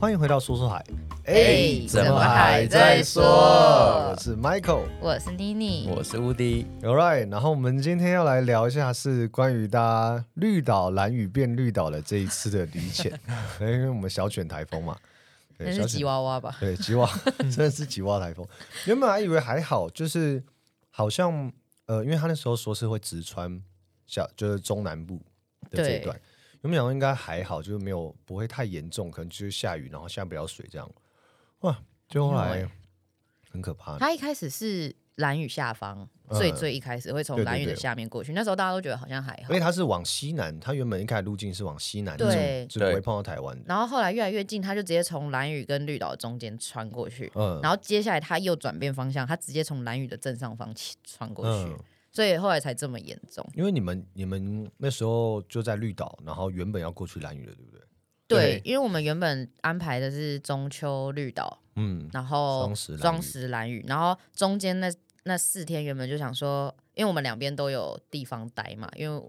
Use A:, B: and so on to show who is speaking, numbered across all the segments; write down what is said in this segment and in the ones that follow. A: 欢迎回到说说海，
B: 哎怎么还在说
A: 我是 Michael。
B: 我是妮妮，
C: 我是乌迪，
A: All right，然后我们今天要来聊一下是关于大家绿岛蓝雨变绿岛的这一次的离 潜，因为我们小犬台风嘛，对
B: 那
A: 哎小
B: 是
A: 犬
B: 吉娃娃吧？
A: 对，吉娃 真的是吉娃台风。原本还以为还好，就是好像呃，因为他那时候说是会直穿小，就是中南部的这一
B: 对
A: 段，原本想说应该还好，就是没有不会太严重，可能就是下雨，然后下不了水这样。哇，就后
B: 没有
A: 来很可怕，
B: 它一开始是蓝雨下方，
A: 啊嗯
B: 最最一开始会
A: 对
B: 从
A: 对
B: 蓝雨的
A: 对
B: 下面过去，那时候大家都觉得好像还
A: 因
B: 好
A: 为，它是往西南，它原本一开始路径是往西南走，
B: 对
A: 是不会
C: 对
A: 碰到台湾的。
B: 然后后来越来越近，它就直接从蓝雨跟绿岛中间穿过去，
A: 嗯
B: 然后接下来它又转变方向，它直接从蓝雨的正上方起穿过去
A: 嗯，，
B: 所以后来才这么严重。
A: 因为你们你们那时候就在绿岛，然后原本要过去蓝屿了，对不对？
B: 对，因为我们原本安排的是中秋绿岛，
A: 嗯，
B: 然后
A: 双十蓝屿
B: 双十蓝雨，然后中间那那四天原本就想说，因为我们两边都有地方待嘛，因为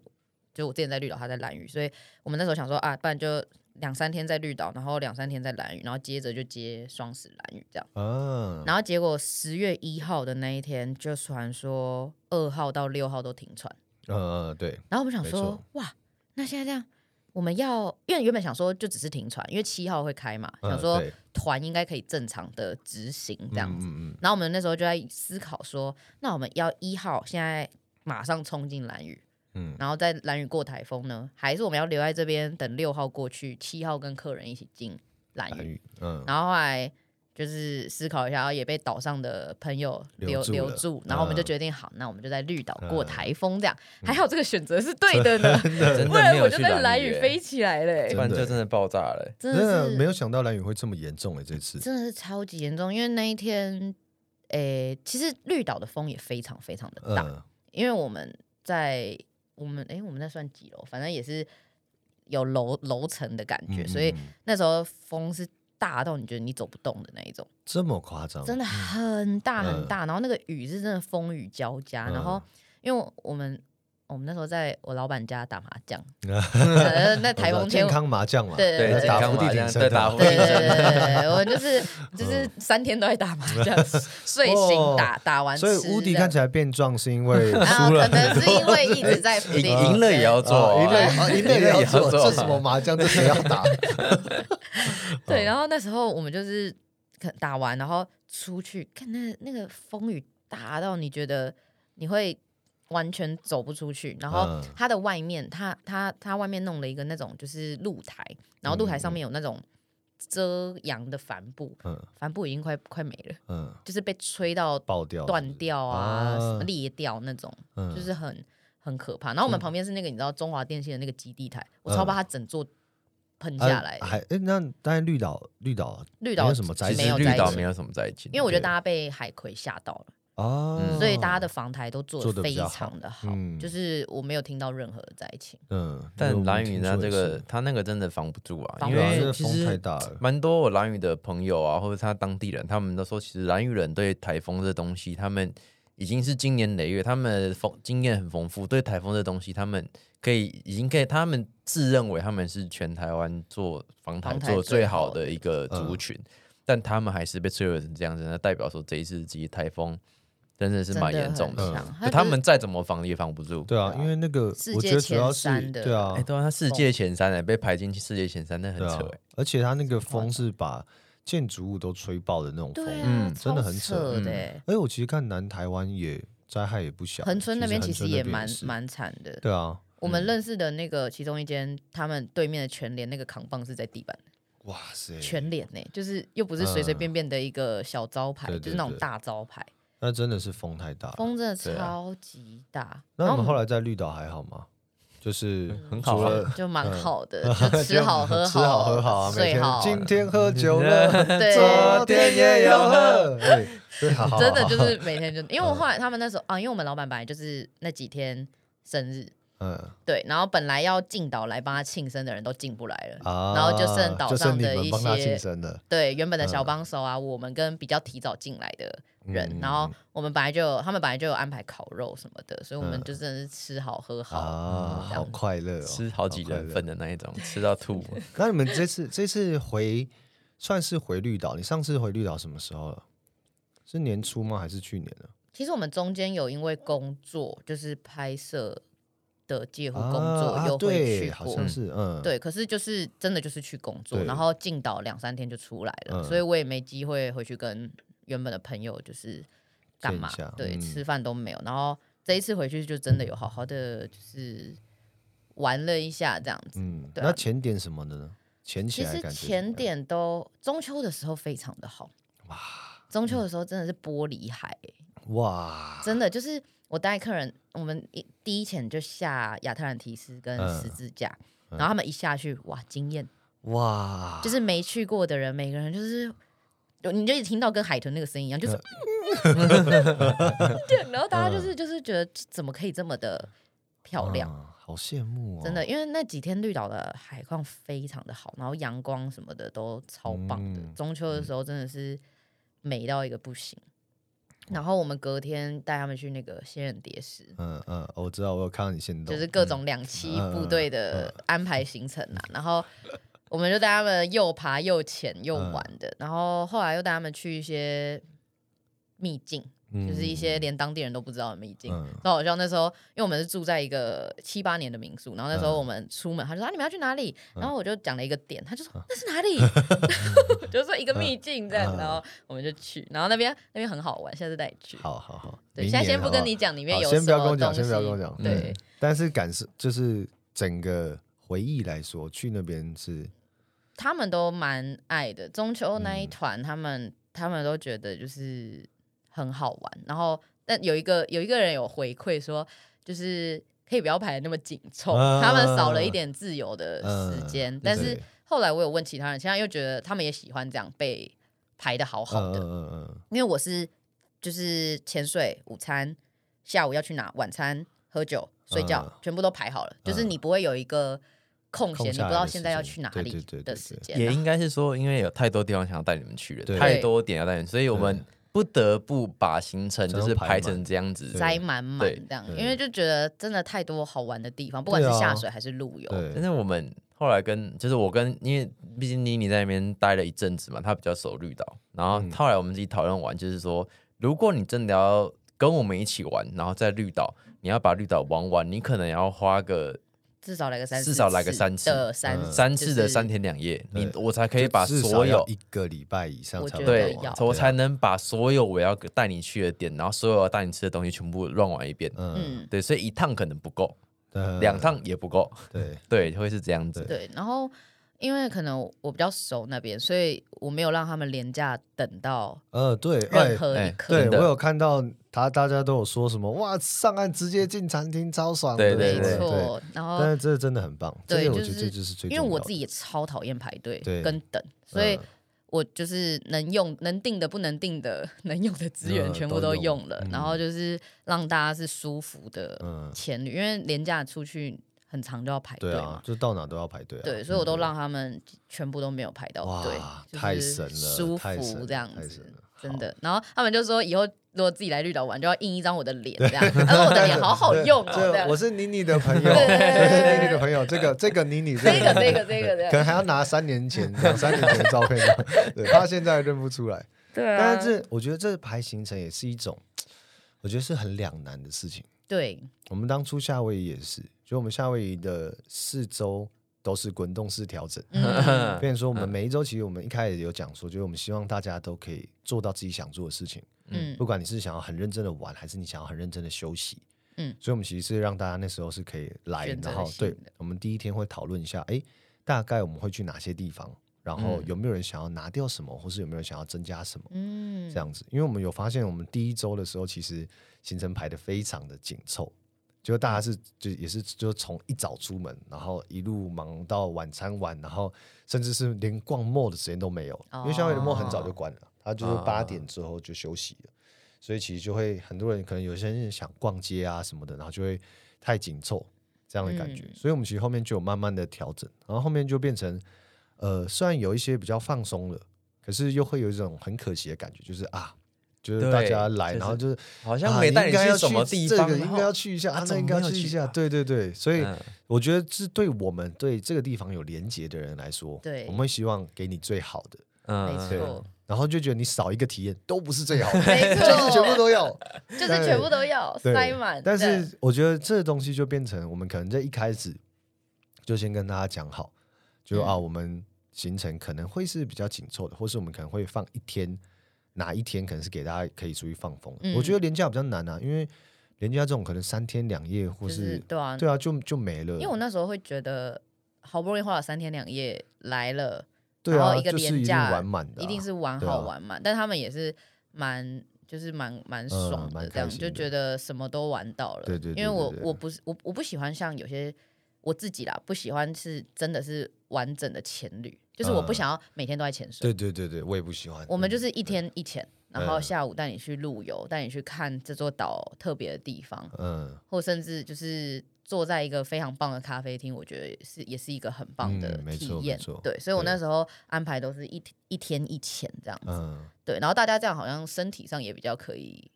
B: 就我之前在绿岛，他在蓝雨，所以我们那时候想说啊，不然就两三天在绿岛，然后两三天在蓝雨，然后接着就接双十蓝雨这样。
A: 啊，
B: 然后结果十月一号的那一天就传说二号到六号都停船，
A: 呃，对，
B: 然后我们想
A: 没
B: 说
A: 错，
B: 哇，那现在这样。我们要，因为原本想说就只是停船，因为七号会开嘛，想
A: 嗯
B: 说
A: 对
B: 团应该可以正常的执行这样子。
A: 嗯嗯嗯
B: 然后我们那时候就在思考说，那我们要一号现在马上冲进蓝雨，
A: 嗯
B: 然后在蓝雨过台风呢，还是我们要留在这边等六号过去，七号跟客人一起进蓝
A: 蓝
B: 雨？
A: 雨，嗯，
B: 然后后来就是思考一下，然后也被岛上的朋友留
A: 留住了
B: 留住，然后我们就
A: 嗯
B: 决定好，那我们就在绿岛过
A: 嗯
B: 台风这样。还好这个选择是对的 呢，
C: 真
B: 不
C: 的
B: 然
C: 没
B: 我
C: 有
B: 就
C: 去
B: 在蓝
C: 蓝
B: 雨
C: 欸
B: 飞，起来了欸、
C: 不然就真的爆炸了欸。
B: 真
A: 真
B: 的是
A: 的没有想到蓝雨会这么严重哎，这次
B: 真的是超级严重，因为那一天，诶、其实绿岛的风也非常非常的大，
A: 嗯
B: 因为我们在我们诶、我们那算几楼？反正也是有楼楼层的感觉，
A: 嗯
B: 所以
A: 嗯嗯
B: 那时候风是大到你觉得你走不动的那一种，
A: 这么夸张，啊
B: 真的很大很大。然后那个雨是真的风雨交加，然后
A: 嗯
B: 因为我们。我们那时候在我老板家打麻 将，呃那台风天
A: 健康麻将嘛，
B: 对对对
A: 打
C: 健康
A: 伏地
C: 麻
A: 挺
C: 将
A: 身
C: 对
A: 的，
C: 打伏地
B: 对对对对对，我就是就是三天都在打麻将，睡醒打打完吃
A: 所
B: 这
A: 以
B: 样。
A: 乌迪看起来变壮是因 为
B: 啊，
A: 输
B: 可
A: 了。
B: 能是因为一直在附
C: 赢
B: 近
C: 赢了也要做啊，
A: 啊赢了啊 赢了也要做，这什么
C: 嘛？
A: 麻将？这谁要 打？
B: 对，然后那时候我们就是可打完，然后出去看那那个风雨大到你觉得你会完全走不出去，然后
A: 嗯
B: 它的外面，它它它外面弄了一个那种就是露台，然后露台上面有那种遮阳的帆布，
A: 嗯
B: 帆布已经快快没了，
A: 嗯，
B: 就是被吹到
A: 爆掉，
B: 断掉啊、
A: 啊
B: 什么裂掉那种，
A: 嗯
B: 就是很很可怕。然后我们旁边是那个你知道中华电信的那个基地台，我超怕它整座喷下来。
A: 啊还哎，那当然绿岛绿岛
B: 绿岛
A: 没有什么灾
B: 其
A: 情，
B: 实没
C: 其实
B: 有
C: 绿
B: 在一
C: 岛
B: 起
C: 没有什么在一起，
B: 因为我觉得
A: 对
B: 大家被海葵吓到了，
A: 啊，
C: 哦
B: 所以大家的防台都做
A: 做
B: 的
A: 得
B: 非
A: 比较好
B: 常的好，
A: 嗯
B: 就是我没有听到任何的灾情。
A: 嗯，
C: 但蓝
A: 雨
C: 雨呢，这个他那个真的防不住啊，
B: 防
C: 因
B: 不住
C: 为
A: 这
C: 其
A: 风太
C: 实
A: 大了，
C: 蛮多我蓝雨的朋友啊，或者他当地人，他们都说，其实蓝雨人对台风这东西，他们已经是经年累月，他们的丰经验很丰富，对台风这东西，他们可以已经可以，他们自认为他们是全台湾做防台
B: 防台
C: 做得
B: 最
C: 最
B: 好
C: 好
B: 的
C: 的一个族群，但他们还是被摧毁成这样子，那代表说这一次级台风真的是
B: 真
C: 蛮
B: 的
C: 严重
B: 很
C: 的，
B: 强
A: 嗯
B: 它
C: 就他
B: 就是
C: 们再怎么防也防不住。
A: 对啊，因为那个
B: 世
A: 我
B: 界
A: 觉得主
B: 前
A: 要是
B: 三的
A: 对啊
C: 哎、，对啊，他世界前三呢、被排进去世界前三，那很
A: 对
C: 扯
A: 啊
C: 哎、，
A: 而且它那个风是把建筑物都吹爆的那种风。
B: 对啊，
C: 嗯
B: 超
A: 真的很扯
B: 扯的
C: 嗯
B: 欸、
A: 哎，我其实看南台湾也灾害也不小，
B: 恒春那边其
A: 其
B: 实也蛮
A: 是
B: 蛮惨的。
A: 对啊，
B: 我们认识的那个其中一间，他们对面的全联那个扛棒是在地板，
A: 哇塞，
B: 全联呢、就是又不是随随便便的一个小招牌，
A: 对对
B: 就是那种
A: 对啊
B: 大招牌，
A: 那真的是风太大了。
B: 风真的
C: 对啊
B: 超级大。
A: 那
B: 然
A: 你们后
B: 来
A: 来在绿岛还好吗？就是
C: 很
A: 除
C: 好 啊
A: 了
B: 就蛮好的，就吃
A: 嗯就
B: 好喝
A: 吃好喝好啊，每
B: 睡
A: 天
B: 好，
A: 今天喝酒 了，
B: 对
A: 昨天也有 喝，对，对好啊嗯好好
B: 真的就是 每天就，因为我后来他们那时候啊，因为我们老板本来就是那几天生日，
A: 嗯
B: 对，然后本来要进岛来帮他庆生的人都进不来了，
A: 啊，
B: 然后就剩岛
A: 就
B: 上
A: 剩你
B: 的
A: 们
B: 一
A: 帮他庆
B: 些
A: 生了，
B: 对原本
A: 嗯
B: 的小帮手啊，我们跟比较提早进来的人，
A: 嗯
B: 然后我们本来就有他们本来就有安排烤肉什么的，所以我们就真的是吃好喝好，
A: 嗯啊
B: 嗯，这
A: 好
B: 样
A: 快乐哦，
C: 吃好几
A: 快
C: 人
A: 乐
C: 份的那一种，吃到吐。
A: 那你们这次这次回算是回绿岛。你上次回绿岛什么时候了？是年初吗？还是去年呢？
B: 其实我们中间有因为工作，就是拍摄的介护工作，
A: 啊啊
B: 有回
A: 对，
B: 去
A: 好
B: 过。
A: 像是嗯，，
B: 对，可是就是真的就是去工作，
A: 对
B: 然后进岛两三天就出来了，
A: 嗯
B: 所以我也没机会回去跟原本的朋友就是干
A: 见一
B: 嘛
A: 下，
B: 对，
A: 嗯
B: 吃饭都没有。然后这一次回去就真的有好好的就是玩了一下这样子。
A: 嗯，
B: 对啊
A: 那前点什么的呢？前起
B: 其
A: 来
B: 实
A: 感觉怎么
B: 前
A: 样
B: 点都中秋的时候非常的好，中秋的时候真的是玻璃海、
A: 哇，
B: 真的就是我带客人，我们一第一潜就下亚特兰提斯跟
A: 嗯
B: 十字架，然后他们一下去，哇，惊艳！
A: 哇，
B: 就是没去过的人，每个人就是，有你就一直听到跟海豚那个声音一样，就是，
A: 嗯
B: 对，然后大家就是就是觉得怎么可以这么的漂亮，
A: 嗯好羡慕哦，
B: 真的，因为那几天绿岛的海况非常的好，然后阳光什么的都超棒的，
A: 嗯
B: 中秋的时候真的是美到一个不行。然后我们隔天带他们去那个仙人蝶石，
A: 嗯嗯，我知道，我有看到你现动，
B: 就是各种两栖
A: 嗯
B: 部队的安排行程啊，然后我们就带他们又爬又潜又
A: 嗯
B: 玩的，然后后来又带他们去一些秘境，
A: 嗯
B: 就是一些连当地人都不知道的秘境。
A: 嗯
B: 然后好像那时候，因为我们是住在一个七八年的民宿，然后那
A: 嗯
B: 时候我们出门，他就说、啊、你们要去哪里？然后我就讲了一个点，他就说、那是哪里？ 我就说一个秘境这样，
A: 嗯
B: 然后我们就去，然后那边那边很好玩，下次带你去。
A: 好好好，
B: 对，
A: 明
B: 现在先
A: 年
B: 不
A: 好
B: 跟
A: 好
B: 你讲里面
A: 好
B: 有什
A: 先
B: 么
A: 不要跟我讲，
B: 东
A: 先不要
B: 西
A: 跟我讲。
B: 对，
A: 嗯，但是感受就是整个回忆来说，去那边是
B: 他们都蛮爱的。中秋那
A: 嗯
B: 一团，他们他们都觉得就是很好玩。然后，但有一个有一个人有回馈说，就是可以不要排得那么紧凑，
A: 啊
B: 他们少了一点自由的时间。
A: 嗯
B: 但是
A: 对
B: 后来我有问其他人，其他人又觉得他们也喜欢这样被排的好好
A: 嗯
B: 的，
A: 嗯嗯嗯，
B: 因为我是就是潜水、午餐、下午要去哪、晚餐、喝酒、睡觉，
A: 嗯
B: 全部都排好了，就是
A: 嗯
B: 你不会有一个空闲，
A: 空
B: 你
A: 下来
B: 不知道
A: 的
B: 现
A: 时
B: 在要
A: 间
B: 去哪
A: 对对
B: 里
A: 对对
B: 的
A: 对
B: 时
C: 也
B: 间啊。
C: 应该是说，因为有太多地方想要带你们去了，
A: 对
C: 太多点要带你们，所以我们不得不把行程就是排成这样子
A: 对。
B: 塞满满
C: 对
B: 这样，
A: 对
B: 因为就觉得真的太多好玩的地方，不管是
A: 对啊
B: 下水还是陆游，
A: 对
C: 但，是我们后来跟，就是我跟，因为毕竟妮妮在那边待了一阵子嘛，她比较熟绿岛。然
A: 嗯
C: 后后来我们自己讨论完，就是说，如果你真的要跟我们一起玩，然后在绿岛，你要把绿岛玩完，你可能要花个
B: 至少来个三四次，
C: 至少来个三次
B: 的三
A: 嗯
C: 三次
B: 就
C: 的
B: 是
C: 三天两夜，
A: 对
C: 你我才可以把
A: 就至少
C: 所
A: 要
C: 有
A: 一个礼拜以上
B: 我
A: 才
B: 觉
A: 会
B: 得
C: 对
A: 到
B: 要
A: 啊，
C: 我才能把所有我要带你去的点，然后所有要带你吃的东西全部乱玩一遍。
A: 嗯
B: 嗯，
C: 对，所以一趟可能不够，
A: 嗯
C: 两趟也不够，
A: 对
C: 对，会是这样子。
B: 对。然后因为可能我比较熟那边，所以我没有让他们廉价等到
A: 呃对哎
B: 任何一
C: 哎
B: 刻。
A: 对
C: 真的
A: 我有看到他大家都有说什么哇上岸直接进餐厅超爽的，
C: 对对
B: 没
C: 对
B: 错，然后
A: 但是这真的很棒，
B: 对
A: 这个我
B: 就
A: 觉得
B: 是
A: 这就是最重
B: 因为
A: 要的，
B: 我自己也超讨厌排队
A: 对
B: 跟等，所以
A: 嗯
B: 我就是能用能定的不能定的 能用的资源
A: 嗯
B: 全
A: 都
B: 部都
A: 用
B: 用了，然后就是让大家是舒服的
A: 嗯
B: 前旅，因为廉价出去很长就要排
A: 对
B: 队
A: 啊
B: 嘛，。
A: 就到哪都要排队啊，
B: 对，所以我都让他们全部都没有排到队
A: 哇，
B: 就
A: 太
B: 是
A: 神了
B: 舒
A: 太神
B: 服
A: 了
B: 这样
A: 太
B: 子
A: 神了，
B: 真的。然后他们就说，以后如果自己来绿岛玩，就要印一张我的 脸这样，他说我的脸好好用哦，
A: 嗯
B: 这
A: 这
B: 样
A: 我是妮妮的朋友，
B: 对
A: 这
B: 对对对
A: 是妮妮的朋 友，这个这个妮妮，
B: 这个
A: 妮
B: 这
A: 妮
B: 个这个这
A: 可
B: 个，
A: 能还要拿三年 前、两三年前的照片，对，他现在认不出来。
B: 对啊
A: 但，是这我觉得这排行程也是一种，我觉得是很两难的事情。
B: 对，
A: 我们当初夏威夷也是，就我们夏威夷的四周都是滚动式调整，
B: 嗯，
A: 变成说我们每一周其实我们一开始有讲说，就是我们希望大家都可以做到自己想做的事情。
B: 嗯
A: 不管你是想要很认真的玩，还是你想要很认真的休息，
B: 嗯
A: 所以我们其实是让大家那时候是可以来，
B: 选择
A: 然后
B: 性
A: 对
B: 的，
A: 我们第一天会讨论一下，诶，大概我们会去哪些地方，然后有没有人想要拿掉什么，或是有没有人想要增加什么，
B: 嗯
A: 这样子，因为我们有发现，我们第一周的时候其实行程排的非常的紧凑。就大家是就也是就从一早出门，然后一路忙到晚餐晚，然后甚至是连逛 mall 的时间都没有，因为夏威夷的 mall 很早就关了，它就是八点之后就休息了。所以其实就会很多人可能有些人想逛街啊什么的，然后就会太紧凑这样的感觉。所以我们其实后面就有慢慢的调整，然后后面就变成呃，虽然有一些比较放松了，可是又会有一种很可惜的感觉，就是啊。就是
C: 对
A: 大家来，
C: 就是
A: 然后就是
C: 好像
A: 啊
C: 没带
A: 应
C: 你
A: 该要
C: 去什么地方，
A: 这个
C: 然
A: 应
C: 后
A: 该要去一下，啊，那
C: 怎么
A: 应该要
C: 没有
A: 去一
C: 去
A: 下，
C: 啊
A: 对对对，所以
C: 嗯
A: 我觉得是对我们对这个地方有连结的人来说，
B: 对
A: 我们会希望给你最好的，
B: 没
C: 嗯，
A: 对
B: 错，
A: 然后就觉得你少一个体验都不是最好的，
B: 没
A: 就是全部
B: 错，
A: 都要。
B: 就是全部都要
A: 对
B: 塞满。
A: 但
B: 对
A: 是我觉得这东西就变成我们可能在一开始就先跟大家讲好，就说
B: 嗯
A: 啊，我们行程可能会是比较紧凑的，或是我们可能会放一天，哪一天可能是给大家可以出去放风的。
B: 嗯
A: 我觉得廉价比较难啊，因为廉价这种可能三天两夜或、
B: 就是对啊，
A: 对啊，就就没了。
B: 因为我那时候会觉得，好不容易花了三天两夜来了，
A: 对
B: 然
A: 啊，
B: 后一个
A: 就是
B: 廉
A: 一定
B: 价
A: 玩满的啊、
B: 一定是玩
A: 对啊
B: 好玩嘛。但他们也是蛮就是蛮蛮爽
A: 嗯蛮
B: 的，
A: 开
B: 这样、
A: 心
B: 就
A: 的
B: 觉得什么都玩到了。
A: 对对对
B: 因为我
A: 对对
B: 我不是我我不喜欢像有些我自己啦，不喜欢是真的是完整的潜旅，就是我
A: 嗯
B: 不想要每天都在潜水。
A: 对对对对，我也不喜欢。
B: 我们就
A: 嗯
B: 是一天一潜，然后
A: 嗯
B: 下午带你去路游，带你去看这座岛特别的地方。
A: 嗯
B: 或甚至就是坐在一个非常棒的咖啡厅，我觉得是也是一个很棒的
A: 嗯没
B: 体
A: 错
B: 验
A: 没错。
B: 对，所以我
A: 对
B: 那时候安排都是一天一天一潜这样子。
A: 嗯，
B: 对，然后大家这样好像身体上也比较可以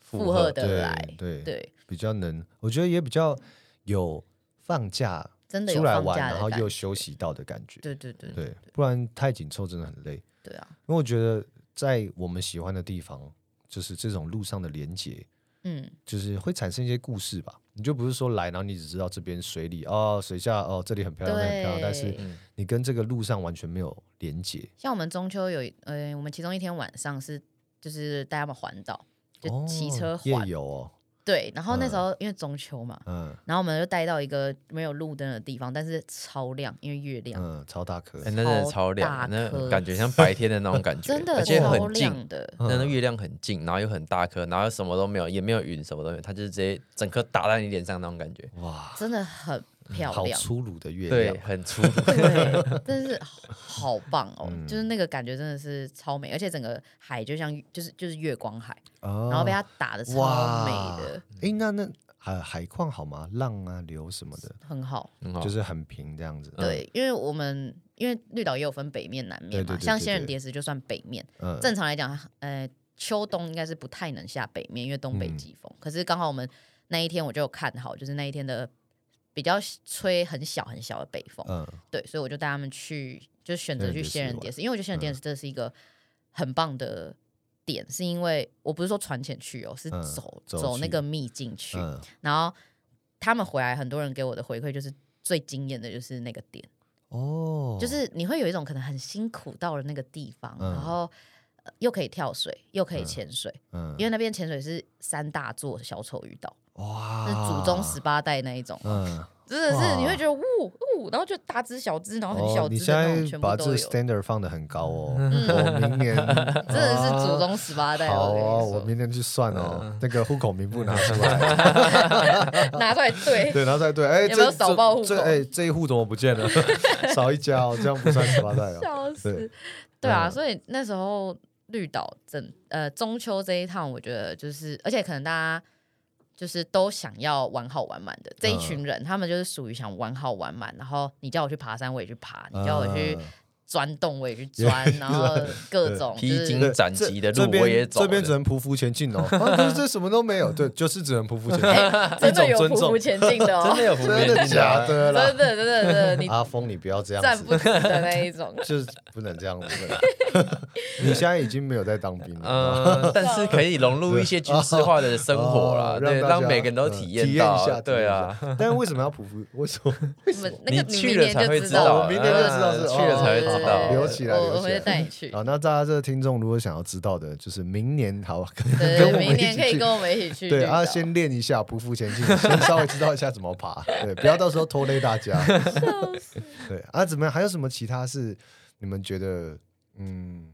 C: 负
B: 负荷
C: 荷
B: 的来。
A: 对对，
B: 对，
A: 比较能，我觉得也比较有放假
B: 真的有
A: 出来
B: 放
A: 玩，
B: 假的
A: 然后
B: 感
A: 又
B: 觉
A: 休息到的感觉。
B: 对对对对
A: 对，不然太紧凑真的很累。
B: 对啊，
A: 因为我觉得在我们喜欢的地方，就是这种路上的连接，
B: 嗯，
A: 就是会产生一些故事吧。你就不是说来，然后你只知道这边水里哦，水下哦，这里很漂亮，那里很漂亮，但是
B: 对
A: 你跟这个路上完全没有连接。
B: 像我们中秋有一呃，我们其中一天晚上是就是带他们环岛，就骑车
A: 哦夜
B: 环。
A: 游哦，
B: 对，然后那时
A: 嗯
B: 候、因为中秋嘛，
A: 嗯
B: 然后我们就带到一个没有路灯的地方，但是超亮，因为月亮。
A: 嗯，超大颗
C: 哎，那真的
B: 超
C: 超
B: 大
C: 亮，那
B: 颗
C: 感觉像白天的那种感觉，
B: 真的
C: 而且
B: 超
C: 很近，
B: 亮的，
C: 那那月亮很近，然后又很大颗，然后什么都没有，也没有云，什么都没有，它就是直接整颗打在你脸上那种感觉，
A: 哇，
B: 真的很漂
A: 好
B: 亮，
A: 粗鲁的月
C: 对，
A: 亮。
C: 很粗鲁。
B: 对，真是好棒哦！
A: 嗯
B: 就是那个感觉真的是超美，而且整个海就像就是就是月光海，
A: 哦
B: 然后被它打的超美的，。
A: 哎，那那海海况好吗？浪啊，流什么的，
B: 很好。
C: 很好
A: 就，是很平这样子。
B: 对，因为我们因为绿岛也有分北面、南
A: 嗯
B: 面
A: 对
B: 嘛，
A: 对对
B: 像
A: 对
B: 仙人
A: 对
B: 叠石就算北面，
A: 嗯，
B: 正常来讲，呃，秋冬应该是不太能下北面，因为东北
A: 嗯
B: 季风。可是刚好我们那一天我就有看好，就是那一天的比较吹很小很小的北风，
A: 嗯
B: 对，所以我就带他们去，就选择去仙人
A: 仙人
B: 蝶
A: 蝶
B: 石，因为我觉得仙人
A: 嗯
B: 蝶石这是一个很棒的点，是因为我不是说船潜去哦，是
A: 嗯
B: 走、
A: 走
B: 走那
A: 去
B: 个秘境去，
A: 嗯，
B: 然后他们回来，很多人给我的回馈就是最惊艳的就是那个点，
A: 哦，
B: 就是你会有一种可能很辛苦到了那个地方，
A: 嗯
B: 然后。呃又可以跳水，又可以
A: 嗯
B: 潜水，
A: 嗯
B: 因为那边潜水是三大座小丑鱼岛，
A: 哇，
B: 是祖宗十八代那一种，
A: 嗯，
B: 真的是你
A: 啊
B: 会
A: 哇
B: 觉得呜呜，然后就大只小只，然后很
A: 哦
B: 小，
A: 你
B: 只
A: 现
B: 的那种，
A: 在
B: 全部
A: 把这
B: 都
A: 个
B: 有。嗯
A: standard 放的很高哦，我明年真
B: 真的是祖宗十八代，哦
A: 好啊，
B: 我
A: 我
B: 跟你嗯
A: 明天去算哦，那个户口名簿拿出来，
B: 说，拿出来 对，
A: 对，拿出来对，哎，
B: 有没
A: 这
B: 有少报户口
A: 这这哎，这一户怎么不见了？ 少一家哦，这样不算十八代哦。
B: 笑死
A: 对。
B: 对啊，
A: 嗯
B: 所以那时候绿岛整呃中秋这一趟，我觉得就是，而且可能大家就是都想要玩好玩满
A: 嗯
B: 的这一群人，他们就是属于想玩好玩满，然后你叫我去爬山，我也去爬；你叫我去
A: 嗯
B: 钻洞，我也去 钻，然后各种就
C: 披
B: 是
C: 荆
A: 对
C: 斩
A: 这
C: 棘的
A: 这
C: 路
A: 边
C: 我也走
A: 这边
C: 了
A: 只能匍匐前进哦。啊可是这什么都没有，对，就是只能匍匐前
B: 哎
A: 进，一
B: 真的有
A: 种尊
B: 匍匐
A: 重。
B: 前进的哦
C: 真的，有湖面
A: 真的假？的
B: 真的
A: 啦？
B: 真的真的，你
A: 阿峰，你不要啊这样
B: 站
A: 子
B: 不，直的那一种。
A: 就是不能这样子。 不能你现在已经没有在当兵了。
C: 嗯，但是可以融入一些军事化的生活啦，
A: 哦
C: 对，
A: 大家
C: 让每个人都
A: 嗯
C: 体
A: 验
C: 到
A: 一下，，
C: 对啊，
A: 体验一下。但是为什么要匍匐？ 为什么？
B: 你们那个
C: 你
B: 你
C: 去
B: 明
C: 了
B: 年
C: 才
B: 就
C: 会
B: 知
C: 知
B: 道
C: 道，
B: 了，
A: 我明年就知道是
C: 嗯去了才
B: 对
C: 会
B: 对
C: 知
B: 对
C: 道，
B: 对
A: 留起来
B: 我
A: 留
B: 我
A: 起
B: 会
A: 来
B: 带你去。
C: 哦
A: 好，那大家这个听众如果想要知道的，就是明年好，
B: 对，
A: 跟我们
B: 明
A: 一
B: 年可
A: 起
B: 以
A: 去
B: 跟。我们一起去。
A: 对
B: 绿岛
A: 啊，先练一下匍匐前进，先稍微知道一下怎么爬，对，不要到时候拖累大家。对啊，怎么样？还有什么其他是你们觉得嗯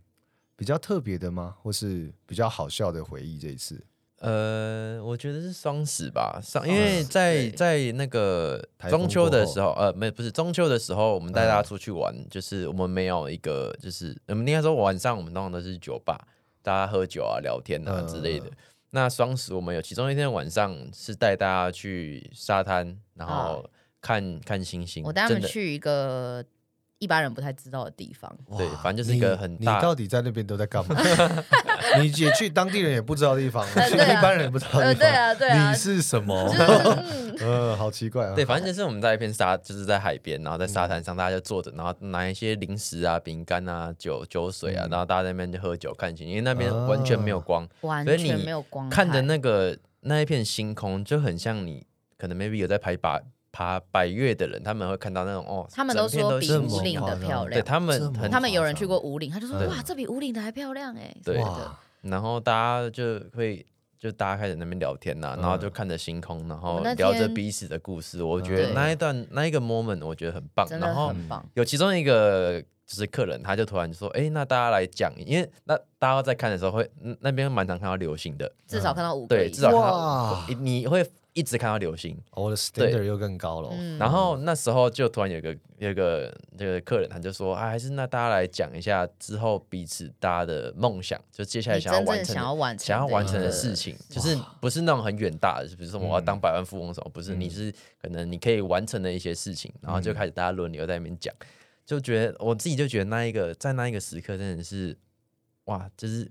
A: 比较特别的吗？或是比较好笑的回忆？这一次
C: 呃，我觉得是双十吧，上因
B: 双
C: 为
B: 十
C: 在
B: 对
C: 在那个
A: 台风
C: 中秋的
A: 过后
C: 时候，呃，没不是中秋的时候，我们带
B: 嗯
C: 大家出去玩，就是我们没有一个，就是我们应该说晚上我们通常都是酒吧，大家喝酒啊、聊天啊
A: 嗯
C: 之类的。那双十我们有其中一天晚上是带大家去沙滩，然后看看星星，
B: 啊我带他
C: 真
B: 们
C: 的
B: 去一个一般人不太知道的地方。
C: 对
A: 哇
C: 反正就是一个
A: 你
C: 很
A: 你
C: 大
A: 到底在那边都在干嘛？ 你也去当地人也不知道的地方，
B: 呃
A: 去
B: 对
A: 一
B: 啊
A: 般人也不知道的
B: 呃，
A: 地
B: 对
A: 方，
B: 啊，对啊，
A: 你
B: 就是
A: 什么？
B: 嗯，
A: 呃，好嗯奇怪啊。
C: 对，反正就是我们在一片沙，就是在海边，然后在沙滩上，大家就坐着，然后拿一些零食啊、饼干啊、酒、酒水
A: 嗯
C: 啊，然后大家在那边就喝酒看星星，因为那边
A: 啊
C: 完全没有光，
B: 完
C: 所以
B: 全
C: 你
B: 没有光害，
C: 看着那个那一片星空，就很像你可能 maybe 有在拍百爬百越的人，他们会看到那种哦，
B: 他们
C: 整
B: 都
C: 片
B: 说
C: 都
B: 比
C: 是
A: 这
B: 五
A: 么
B: 岭
A: 夸
B: 的
A: 张
B: 漂
C: 对
B: 亮。
C: 他们
A: 这么
C: 很嗯
B: 他们有人
A: 夸张
B: 去过五岭，他就说
C: 对
B: 哇，这比五岭的还漂亮哎。
C: 对
B: 什么的
A: 哇，
C: 然后大家就会就大家开始在那边聊天呐、
A: 嗯
C: 然后就看着星空，然后
B: 我那
C: 聊着
B: 天
C: 彼此的故事。我觉
A: 嗯
C: 得
B: 对
C: 那一段那一个 moment 我觉得很棒。
B: 真的
C: 然后
B: 很棒。
C: 有其中一个就是客人，他就突然说：“哎，那大家来讲，因为那大家在看的时候会嗯那边蛮常看到流星的，
B: 至少看到五个
C: 对，
B: 以
C: 至少看
B: 上
A: 哇
C: 到
B: 啊
C: 你你会一直看到流星。”
A: 哦我的 standard 又更高了哦。
B: 嗯
C: 然后那时候就突然有一个有一个这个客人，他就说啊，还是那大家来讲一下之后彼此大家的梦想，就接下来
B: 你
C: 想要
B: 真
C: 完
B: 正
C: 成
B: 想
C: 的
B: 要完成
C: 想要完成的
B: 一个
C: 事情，就是不是那种很远大的，比如说
B: 嗯
C: 我要当百万富翁什么，不是，你是可能你可以完成的一些事情，
B: 嗯
C: 然后就开始大家轮流在那边讲，就觉得我自己就觉得那一个在那一个时刻真的是哇，就是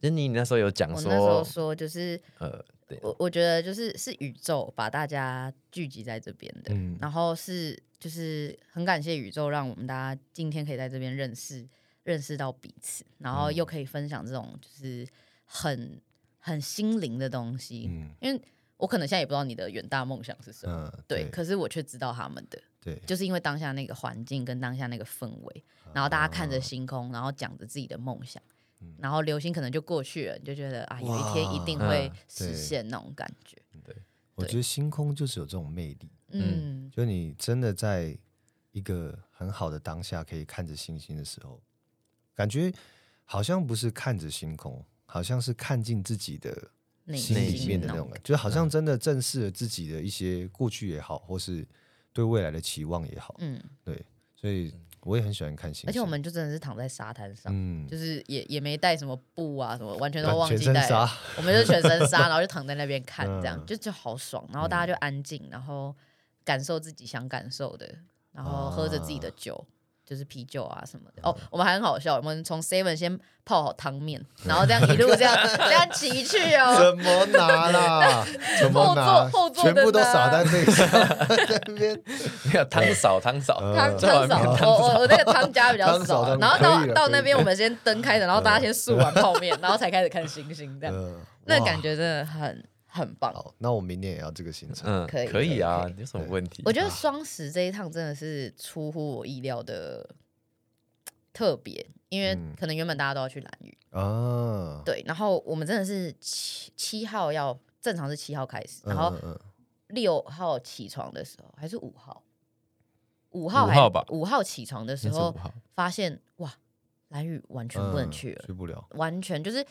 C: 珍妮你那时候有讲
B: 我那时候
C: 说
B: 说，就是
C: 呃对
B: 我我觉得就是是宇宙把大家聚集在这边的，
A: 嗯
B: 然后是就是很感谢宇宙让我们大家今天可以在这边认识认识到彼此，然后
A: 嗯
B: 又可以分享这种就是很很心灵的东西，
A: 嗯
B: 因为我可能现在也不知道你的远大梦想是什么，
A: 嗯，
B: 对，
A: 对
B: 可是我却知道他们的，
A: 对，
B: 就是因为当下那个环境跟当下那个氛围，
A: 啊
B: 然后大家看着星空，然后讲着自己的梦想，
A: 嗯
B: 然后流星可能就过去了，你就觉得啊，有一天一定会
C: 嗯
A: 对
B: 实现那种感觉。
A: 我觉得星空就是有这种魅力，
B: 嗯，
A: 就你真的在一个很好的当下可以看着星星的时候，感觉好像不是看着星空，好像是看进自己的
B: 内
A: 心里面的那
B: 那
A: 种感觉，就好像真的正视了自己的一些过去也好，或是对未来的期望也好，
B: 嗯，
A: 对，所以我也很喜欢看星星。
B: 而且我们就真的是躺在沙滩上，
A: 嗯，
B: 就是也也没带什么布啊什么，完全都
A: 完
B: 忘
A: 全
B: 记
A: 身
B: 带。
A: 沙，
B: 我们就全身沙， 然后就躺在那边看，这样、
A: 嗯
B: 就就好爽。然后大家就安静，然后感受自己想感受的，然后喝着自
A: 啊
B: 己的酒，就是啤酒啊什么的。哦，我们还很好笑，我们从 Seven 先泡好汤 面，然后这样一路这样这样骑去哦。
A: 怎么拿 啦？怎么拿？
B: 后座后座
A: 全部都
B: 的呢
A: 洒在那个在那边。
C: 没有 汤嫂汤嫂
A: 呃
B: 汤
C: 在外
B: 汤
C: 面
B: 嫂，我我我那个汤家比较
A: 汤嫂
B: 少
A: 汤，
B: 然后
A: 可
B: 到
A: 以了嗯
B: 到
A: 可以
B: 那边我们先灯开着，然后大家先漱完泡面，然后才开始看星星，这样
A: 呃
B: 那
A: 哇
B: 感觉真的很很棒。
A: 好，那我明年也要这个行程。
C: 嗯
B: 可以
C: 可以啊
B: 可以，
C: 有什么问题？啊
B: 我觉得双十这一趟真的是出乎我意料的特别，因为
A: 嗯
B: 可能原本大家都要去蓝屿，
A: 啊，
B: 对，然后我们真的是七七号要正常是七号开始，然后
A: 嗯嗯
B: 六号起床的时候还是五号，五号
C: 五
B: 还
C: 号吧
B: 五号起床的时候
C: 好。
B: 发现哇，蓝屿完全
A: 嗯
B: 不能去了，
A: 去不了。
B: 完全就是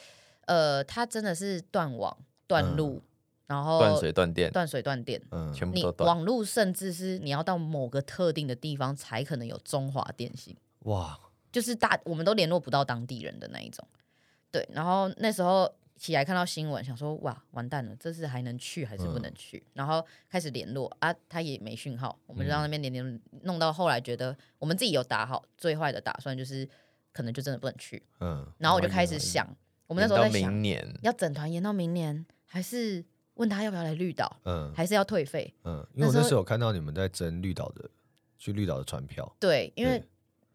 B: 呃，它真的是断网、断路，然后
C: 断水、断电，
B: 断水、断电，
A: 嗯，
C: 全部
B: 你
C: 都断。
B: 网络甚至是你要到某个特定的地方才可能有中华电信，
A: 哇，
B: 就是大我们都联络不到当地人的那一种。对，然后那时候起来看到新闻，想说哇完蛋了，这是还能去还是
C: 嗯
B: 不能去？然后开始联络啊，他也没讯号，我们就到那边连连弄到后来，觉得我们自己有打好最坏的打算，就是可能就真的不能去。
A: 嗯，
B: 然后我就开始想，我们那时候
C: 延
B: 在
C: 到
B: 想
C: 明，年，
B: 要整团延到明年，还是问他要不要来绿岛，
A: 嗯
B: 还是要退费？
A: 嗯，因为我
B: 那时候
A: 那时候有看到你们在争绿岛的，去绿岛的船票。
B: 对，因为
A: 对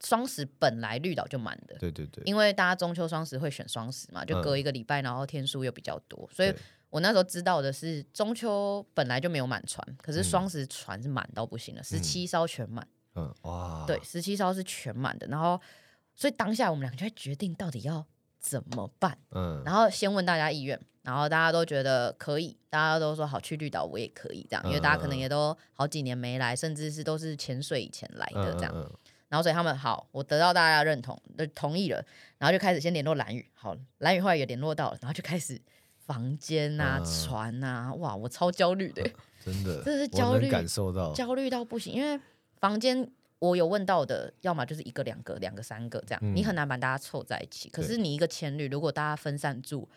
B: 双十本来绿岛就满的，
A: 对对对，
B: 因为大家中秋、双十会选双十嘛，就
A: 嗯
B: 隔一个礼拜，然后天数又比较多，所以
A: 对
B: 我那时候知道的是中秋本来就没有满船，可是双十船是满到不行的，十七艘全满，
A: 嗯，哇，
B: 对，，十七艘是全满的，然后所以当下我们两个就在决定到底要怎么办，
A: 嗯，
B: 然后先问大家意愿。然后大家都觉得可以，大家都说好去绿岛，我也可以这样，因为大家可能
A: 嗯嗯嗯
B: 也都好几年没来，甚至是都是潜水以前来
A: 嗯
B: 的这样。
A: 嗯嗯
B: 然后所以他们好，我得到大家的认同，就同意了，然后就开始先联络蓝宇，好，蓝宇后来也联络到了，然后就开始房间啊、
A: 嗯
B: 船啊，哇，我超焦虑的，
A: 真的，
B: 这是
A: 我
B: 焦
A: 能
B: 虑
A: 感受到。
B: 焦虑到不行，因为房间我有问到的，要么就是一个、两个、两个、三个这样，
A: 嗯
B: 你很难把大家凑在一起。可是你一个情侣，如果大家分散住，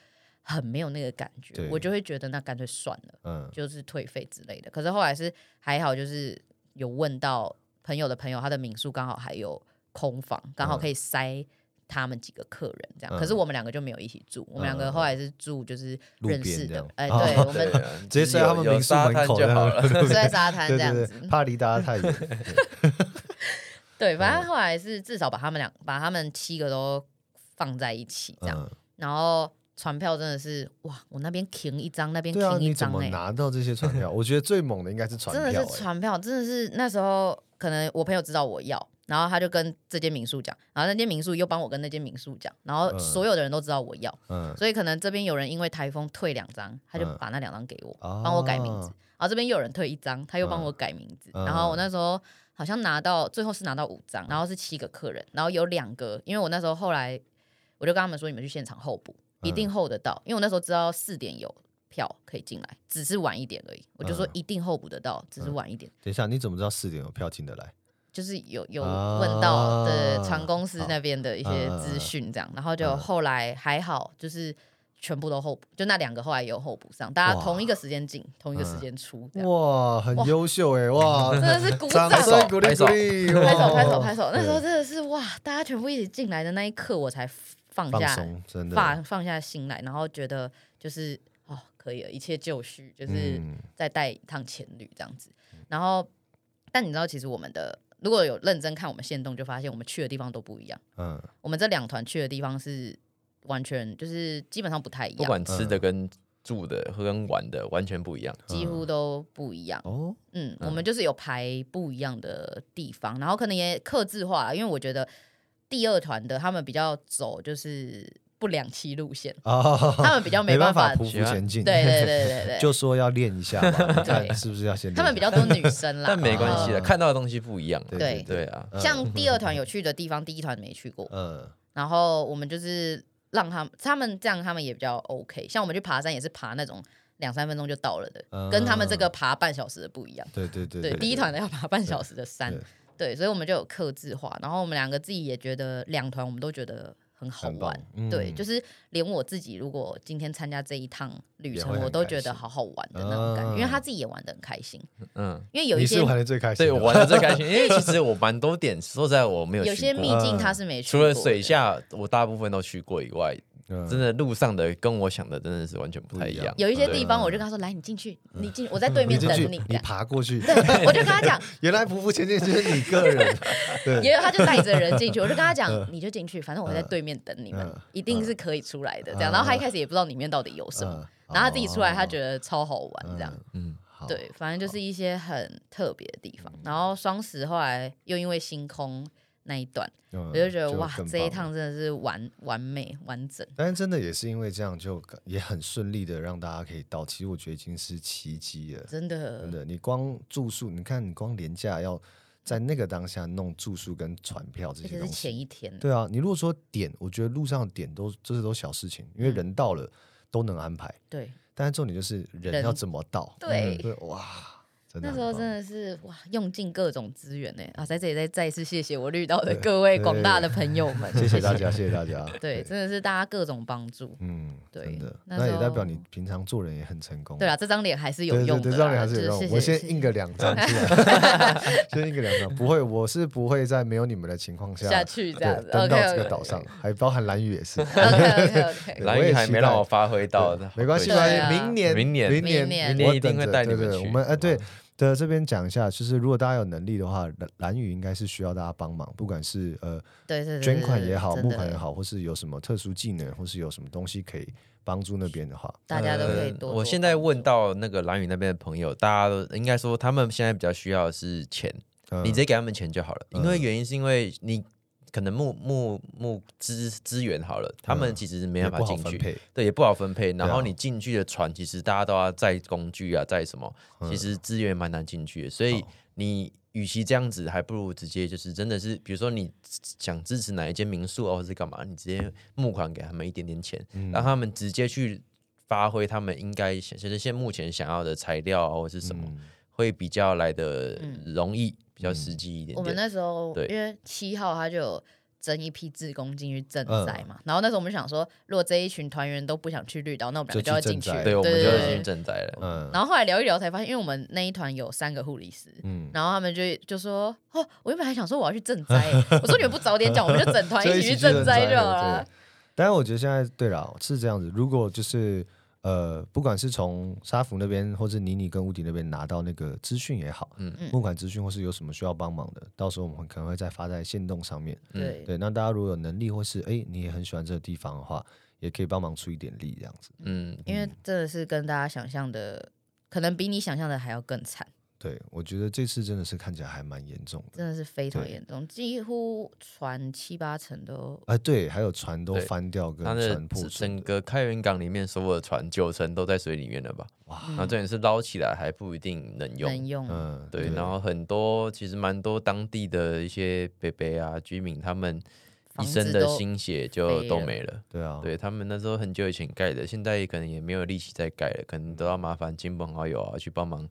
B: 很没有那个感觉
A: 对，
B: 我就会觉得那干脆算了。
A: 嗯，
B: 就是退费之类的。可是后来是还好，就是有问到朋友的朋友，他的民宿刚好还有空房，刚好可以塞他们几个客人这样。可是
A: 嗯
B: 我们两个就没有一起住，我们两
A: 嗯嗯
B: 个
A: 嗯
B: 后来是住就是
A: 路
B: 认
A: 边
B: 识
A: 这
B: 的
A: 样，
B: 哎，
A: 哦
B: 对，我们
C: 对啊
A: 直接睡在他们
C: 有
A: 民
C: 有
A: 宿
C: 沙
A: 门
C: 滩
A: 口
C: 就
A: 这样
C: 好了。
B: 睡在沙滩
A: 对
B: 这样
A: 对
B: 子。
A: 对，怕离大家 太远。嗯
B: 对，反正后来是至少把他们两把他们七个都放在一起这样，
A: 嗯，
B: 然后船票真的是哇，我那边停一张，那边
A: 对啊，
B: 停
A: 你
B: 一
A: 怎
B: 张
A: 么
B: 哎、
A: 拿到这些船票？我觉得最猛的应该是船
B: 真
A: 票，
B: 的是
A: 哎
B: 船票，真的是那时候可能我朋友知道我要，然后他就跟这间民宿讲，然后那间民宿又帮我跟那间民宿讲，然后
A: 嗯
B: 所有的人都知道我要，
A: 嗯，
B: 所以可能这边有人因为台风退两张，他就
A: 嗯
B: 把那两张给我，
A: 哦
B: 帮我改名字，然后这边又有人退一张，他又帮我改名字，
A: 嗯
B: 然后我那时候好像拿到最后是拿到五张，然后是七个客人，然后有两个，因为我那时候后来我就跟他们说，你们去现场候补，
A: 嗯
B: 一定候得到，因为我那时候知道四点有票可以进来，只是晚一点而已，我就说
A: 嗯
B: 一定候补得到，只是晚一点。
A: 等一下，你怎么知道四点有票进得来？
B: 就是有有
A: 啊
B: 问到的船公司那边的一些
A: 好
B: 资讯，这样，然后就
A: 嗯
B: 后来还好，就是全部都候补，就那两个后来也有候补上，大家
A: 哇嗯
B: 同一个时间进，同一个时间出，这样
A: 哇，很优秀哎， 哇，
B: 真的是鼓掌
A: 掌。声鼓励
C: 拍手
A: 鼓励，哦
B: 拍手
A: 哇
B: 拍手拍手！那时
A: 对
B: 候真的是哇，大家全部一起进来的那一刻，我才放
A: 放
B: 下
A: 松，真的
B: 放放下心来，然后觉得就是哦，可以了，一切就绪，就是
A: 嗯
B: 再带一趟前旅这样子。然后，但你知道，其实我们的如果有认真看我们线动，就发现我们去的地方都不一样。
A: 嗯，
B: 我们这两团去的地方是完全就是基本上不太一
C: 不
B: 样，
C: 管吃
A: 嗯
C: 的跟住的和跟玩的完全不一样。
B: 几乎都不一样。
A: 哦，
B: 嗯，我们就是有排不一样的地方，然后可能也克制化，因为我觉得第二团的他们比较走就是不两栖路线，
A: 啊，
B: 他们比较
A: 没
B: 办
A: 法匍
B: 对
A: 匐前进，
B: 对对对对对，
A: 就说要练一下嘛，你看
B: 对
A: 是不是要先练一下？
B: 他们比较多女生啦，
C: 但没关系
B: 然
C: 的，看到的东西不一样。
A: 嗯对
B: 对
C: 对啊，
B: 后像第二团有去的地方，第一团没去过，
A: 嗯
B: 然后我们就是让他们，他们这样他们也比较 OK。像我们去爬山也是爬那种两三分钟就到了的，
A: 嗯
B: 跟他们这个爬半小时的不一样。
A: 对对对
B: 对，第一团的要爬半小时的山，
A: 对
B: 对，所以我们就有克制化。然后我们两个自己也觉得两团我们都觉得很好
A: 很棒
B: 玩，
A: 嗯
B: 对，就是连我自己如果今天参加这一趟旅
A: 也会
B: 程，
A: 很
B: 我都觉
A: 开
B: 得
A: 心
B: 好好玩的那种感觉，
A: 嗯
B: 因为他自己也玩的很开心。
C: 嗯，
B: 因为有一
A: 你
B: 些
A: 是玩的最开心
C: 对
A: 的，
C: 我玩的最开心，因为其实我蛮多点，说实在我没有
B: 有
C: 去
B: 些秘
C: 过。
B: 境他是没去
C: 除
B: 过的，
C: 了水下，我大部分都去过以外，
A: 嗯
C: 真的路上的跟我想的真的是完全不太一样。
B: 嗯有一些地
C: 对
B: 方，我就跟他说：“来，你进去，你进，我在对面
A: 进
B: 等
A: 去
B: 你。这
A: 你
B: 样
A: 爬过去，
B: 我就跟他 讲，
A: 原来匍匐前进就是你个 人，
B: 也有他就带着人进去，我就跟他讲，你就进去，反正我在对面等你们
A: 嗯，
B: 一定是可以出来的。这
A: 嗯
B: 样，然后他一开始也不知道里面到底有什么，
A: 嗯
B: 然后他自己出来，他觉得超好玩，这样。
C: 嗯，
A: 好嗯
B: 对，反正就是一些很特别的地方。然后双十后来又因为星空那一段，
A: 嗯
B: 我就觉得哇
A: 更，
B: 这一
A: 棒
B: 趟真的是完完美完整。
A: 但是真的也是因为这样，就也很顺利的让大家可以到。其实我觉得已经是奇迹了，
B: 真的
A: 真，的。你光住宿，你看你光廉价要在那个当下弄住宿跟船票这
B: 而
A: 些
B: 且
A: 东
B: 是嗯
A: 西，
B: 前一天，
A: 对啊。你如果说点，我觉得路上的点都这是都小事情，因为
B: 嗯
A: 人到了都能安排。
B: 对
A: 但是重点就是人
B: 人
A: 要怎么到，嗯
B: 对，
A: 对，哇，真的很
B: 那时
A: 棒
B: 候真的是哇，用尽各种资源呢啊！在这里再再一次谢谢我遇到的各位广大的朋友们，
A: 谢谢大 家，谢谢大 家，
B: 对，真的是大家各种帮助。
A: 嗯，
B: 对
A: 真的，
B: 那
A: 那也
B: 时
A: 代表
B: 候
A: 你平常做人也很成功，
B: 对啊啦，这张脸还是有
A: 对
B: 用
A: 对
B: 的
A: 对，让
B: 啦，
A: 你还是有
B: 就
A: 用。
B: 是
A: 我
B: 谢谢
A: 先印个两张 出来，先印个两张。不会，我是不会在没有你们的情况下
B: 下去这样
A: 对
B: 子。
A: 登
B: OK
A: 到这个
B: OK
A: 岛上，还包含蓝屿也是。
B: OK OK，
C: 蓝
A: 我也
C: 屿还
A: 期
C: 没让
A: 待
C: 我发挥到
A: 对，没关系，没
B: 对
A: 关
B: 啊
A: 系，明年，
C: 明年
A: 明
B: 明年
A: 年，
C: 明年
A: 我
C: 一定
A: 等
C: 会
A: 着
C: 带你
A: 对
C: 们
A: 对，
C: 去
A: 我们哎，对
C: 嗯
A: 的，这边讲一下，就是如果大家有能力的话，蓝蓝屿应该是需要大家帮忙，不管是呃
B: 对对对，
A: 捐款也好，
B: 真
A: 募
B: 的
A: 款也，好，或是有什么特殊技能，或是有什么东西可以帮助那边的话，
B: 大家都可以
C: 呃
B: 多。
C: 我
B: 多
C: 现在
B: 帮
C: 问
B: 助，
C: 到那个蓝宇那边的朋友，大家都应该说他们现在比较需要的是钱，
A: 嗯
C: 你直接给他们钱就好了。因为原因是因为你可能募募募资资源好了，他们其实没
A: 嗯也
C: 办法
A: 不好
C: 进
A: 分
C: 去，
A: 配，
C: 对，也不好分配。然
A: 对啊
C: 后你进去的船，其实大家都要载工具啊，载什么，
A: 嗯
C: 其实资源蛮难进去的。所以你与其这样子，还不如直接就是真的是，比如说你想支持哪一间民宿啊，或是干嘛，你直接募款给他们一点点钱，
A: 嗯
C: 让他们直接去发挥他们应该想，就是现目前想要的材料啊，或是什么，会比较来的容易，比较实际一点
B: 嗯我们
C: 点。
B: 那时候
C: 对
B: 因为七号他就有征一批志工进去赈
A: 嗯
B: 灾嘛。然后那时候我们就想说，如果这一群团员都不想去绿岛，那我们两个
A: 就
B: 要
A: 去赈
B: 进去
A: 灾
B: 了。
C: 对，我们
B: 对
C: 就
B: 对
C: 已经赈灾了。
A: 嗯
B: 然后后来聊一聊才发现，因为我们那一团有三个护理师，
A: 嗯，
B: 然后他们就就说：“哦，我原本还想说我要去赈灾欸，我说你们不早点讲，我们就 整团一起去赈灾就好了
A: 对。。但是我觉得现在对了，是这样子。如果就是呃，不管是从沙福那边，或是妮妮跟屋迪那边拿到那个资讯也好，
C: 嗯
B: 嗯
A: 募款资讯或是有什么需要帮忙的，到时候我们可能会再发在线动上面。”
C: 嗯
B: 对，
A: 对，那大家如果有能力，或是哎、你也很喜欢这个地方的话，也可以帮忙出一点力这样子。
C: 嗯，
B: 因为真的是跟大家想象的，可能比你想象的还要更惨，
A: 对，我觉得这次真的是看起来还蛮严重的。
B: 真的是非常
A: 对
B: 严重，几乎船七八成都
A: 哎、对，还有船都
C: 对
A: 翻掉跟
C: 它的
A: 船破损
C: 整
A: 的，
C: 个开元港里面所有的船九成都在水里面了吧？
A: 哇
C: 然后重点是捞起来还不一定能用。
B: 嗯能用。
A: 嗯，
C: 对，然后很多其实蛮多当地的一些伯伯啊居民，他们一
B: 房
C: 生
B: 子
C: 的
B: 都
C: 心血就
B: 飞
C: 都
B: 了
C: 没了。
A: 对啊，
C: 对他们那时候很久以前盖的，现在可能也没有力气再盖了，可能都
B: 嗯
C: 要麻烦亲朋好友啊去帮忙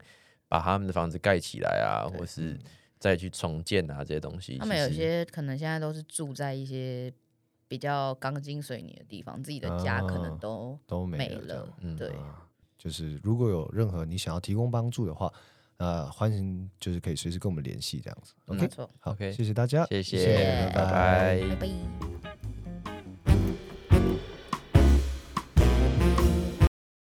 C: 把他们的房子盖起来啊，或是再去重建啊这些东西。
B: 嗯他们有
C: 其实
B: 些可能现在都是住在一些比较钢筋水泥的地方，自己的家可能
A: 啊
B: 都
A: 都没
B: 没
A: 了这样。
B: 了。
C: 嗯
B: 对，
A: 啊就是如果有任何你想要提供帮助的话，呃，欢迎就是可以随时跟我们联系这样子。
C: 嗯
A: OK，
B: 没错。
A: 好
C: OK
A: 谢谢大家，
C: 谢谢
B: 谢谢
A: 拜
B: 拜拜。